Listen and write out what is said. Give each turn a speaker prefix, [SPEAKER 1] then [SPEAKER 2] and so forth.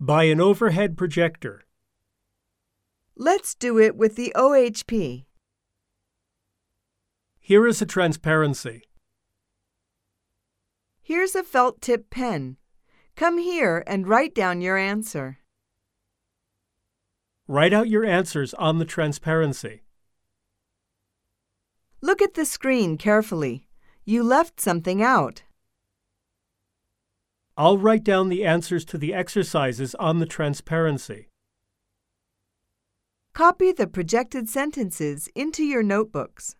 [SPEAKER 1] By an overhead projector.
[SPEAKER 2] Let's do it with the OHP.
[SPEAKER 1] Here is a transparency.
[SPEAKER 2] Here's a felt tip pen. Come here and write down your answer.
[SPEAKER 1] Write out your answers on the transparency.
[SPEAKER 2] Look at the screen carefully. You left something out.
[SPEAKER 1] I'll write down the answers to the exercises on the transparency.
[SPEAKER 2] Copy the projected sentences into your notebooks.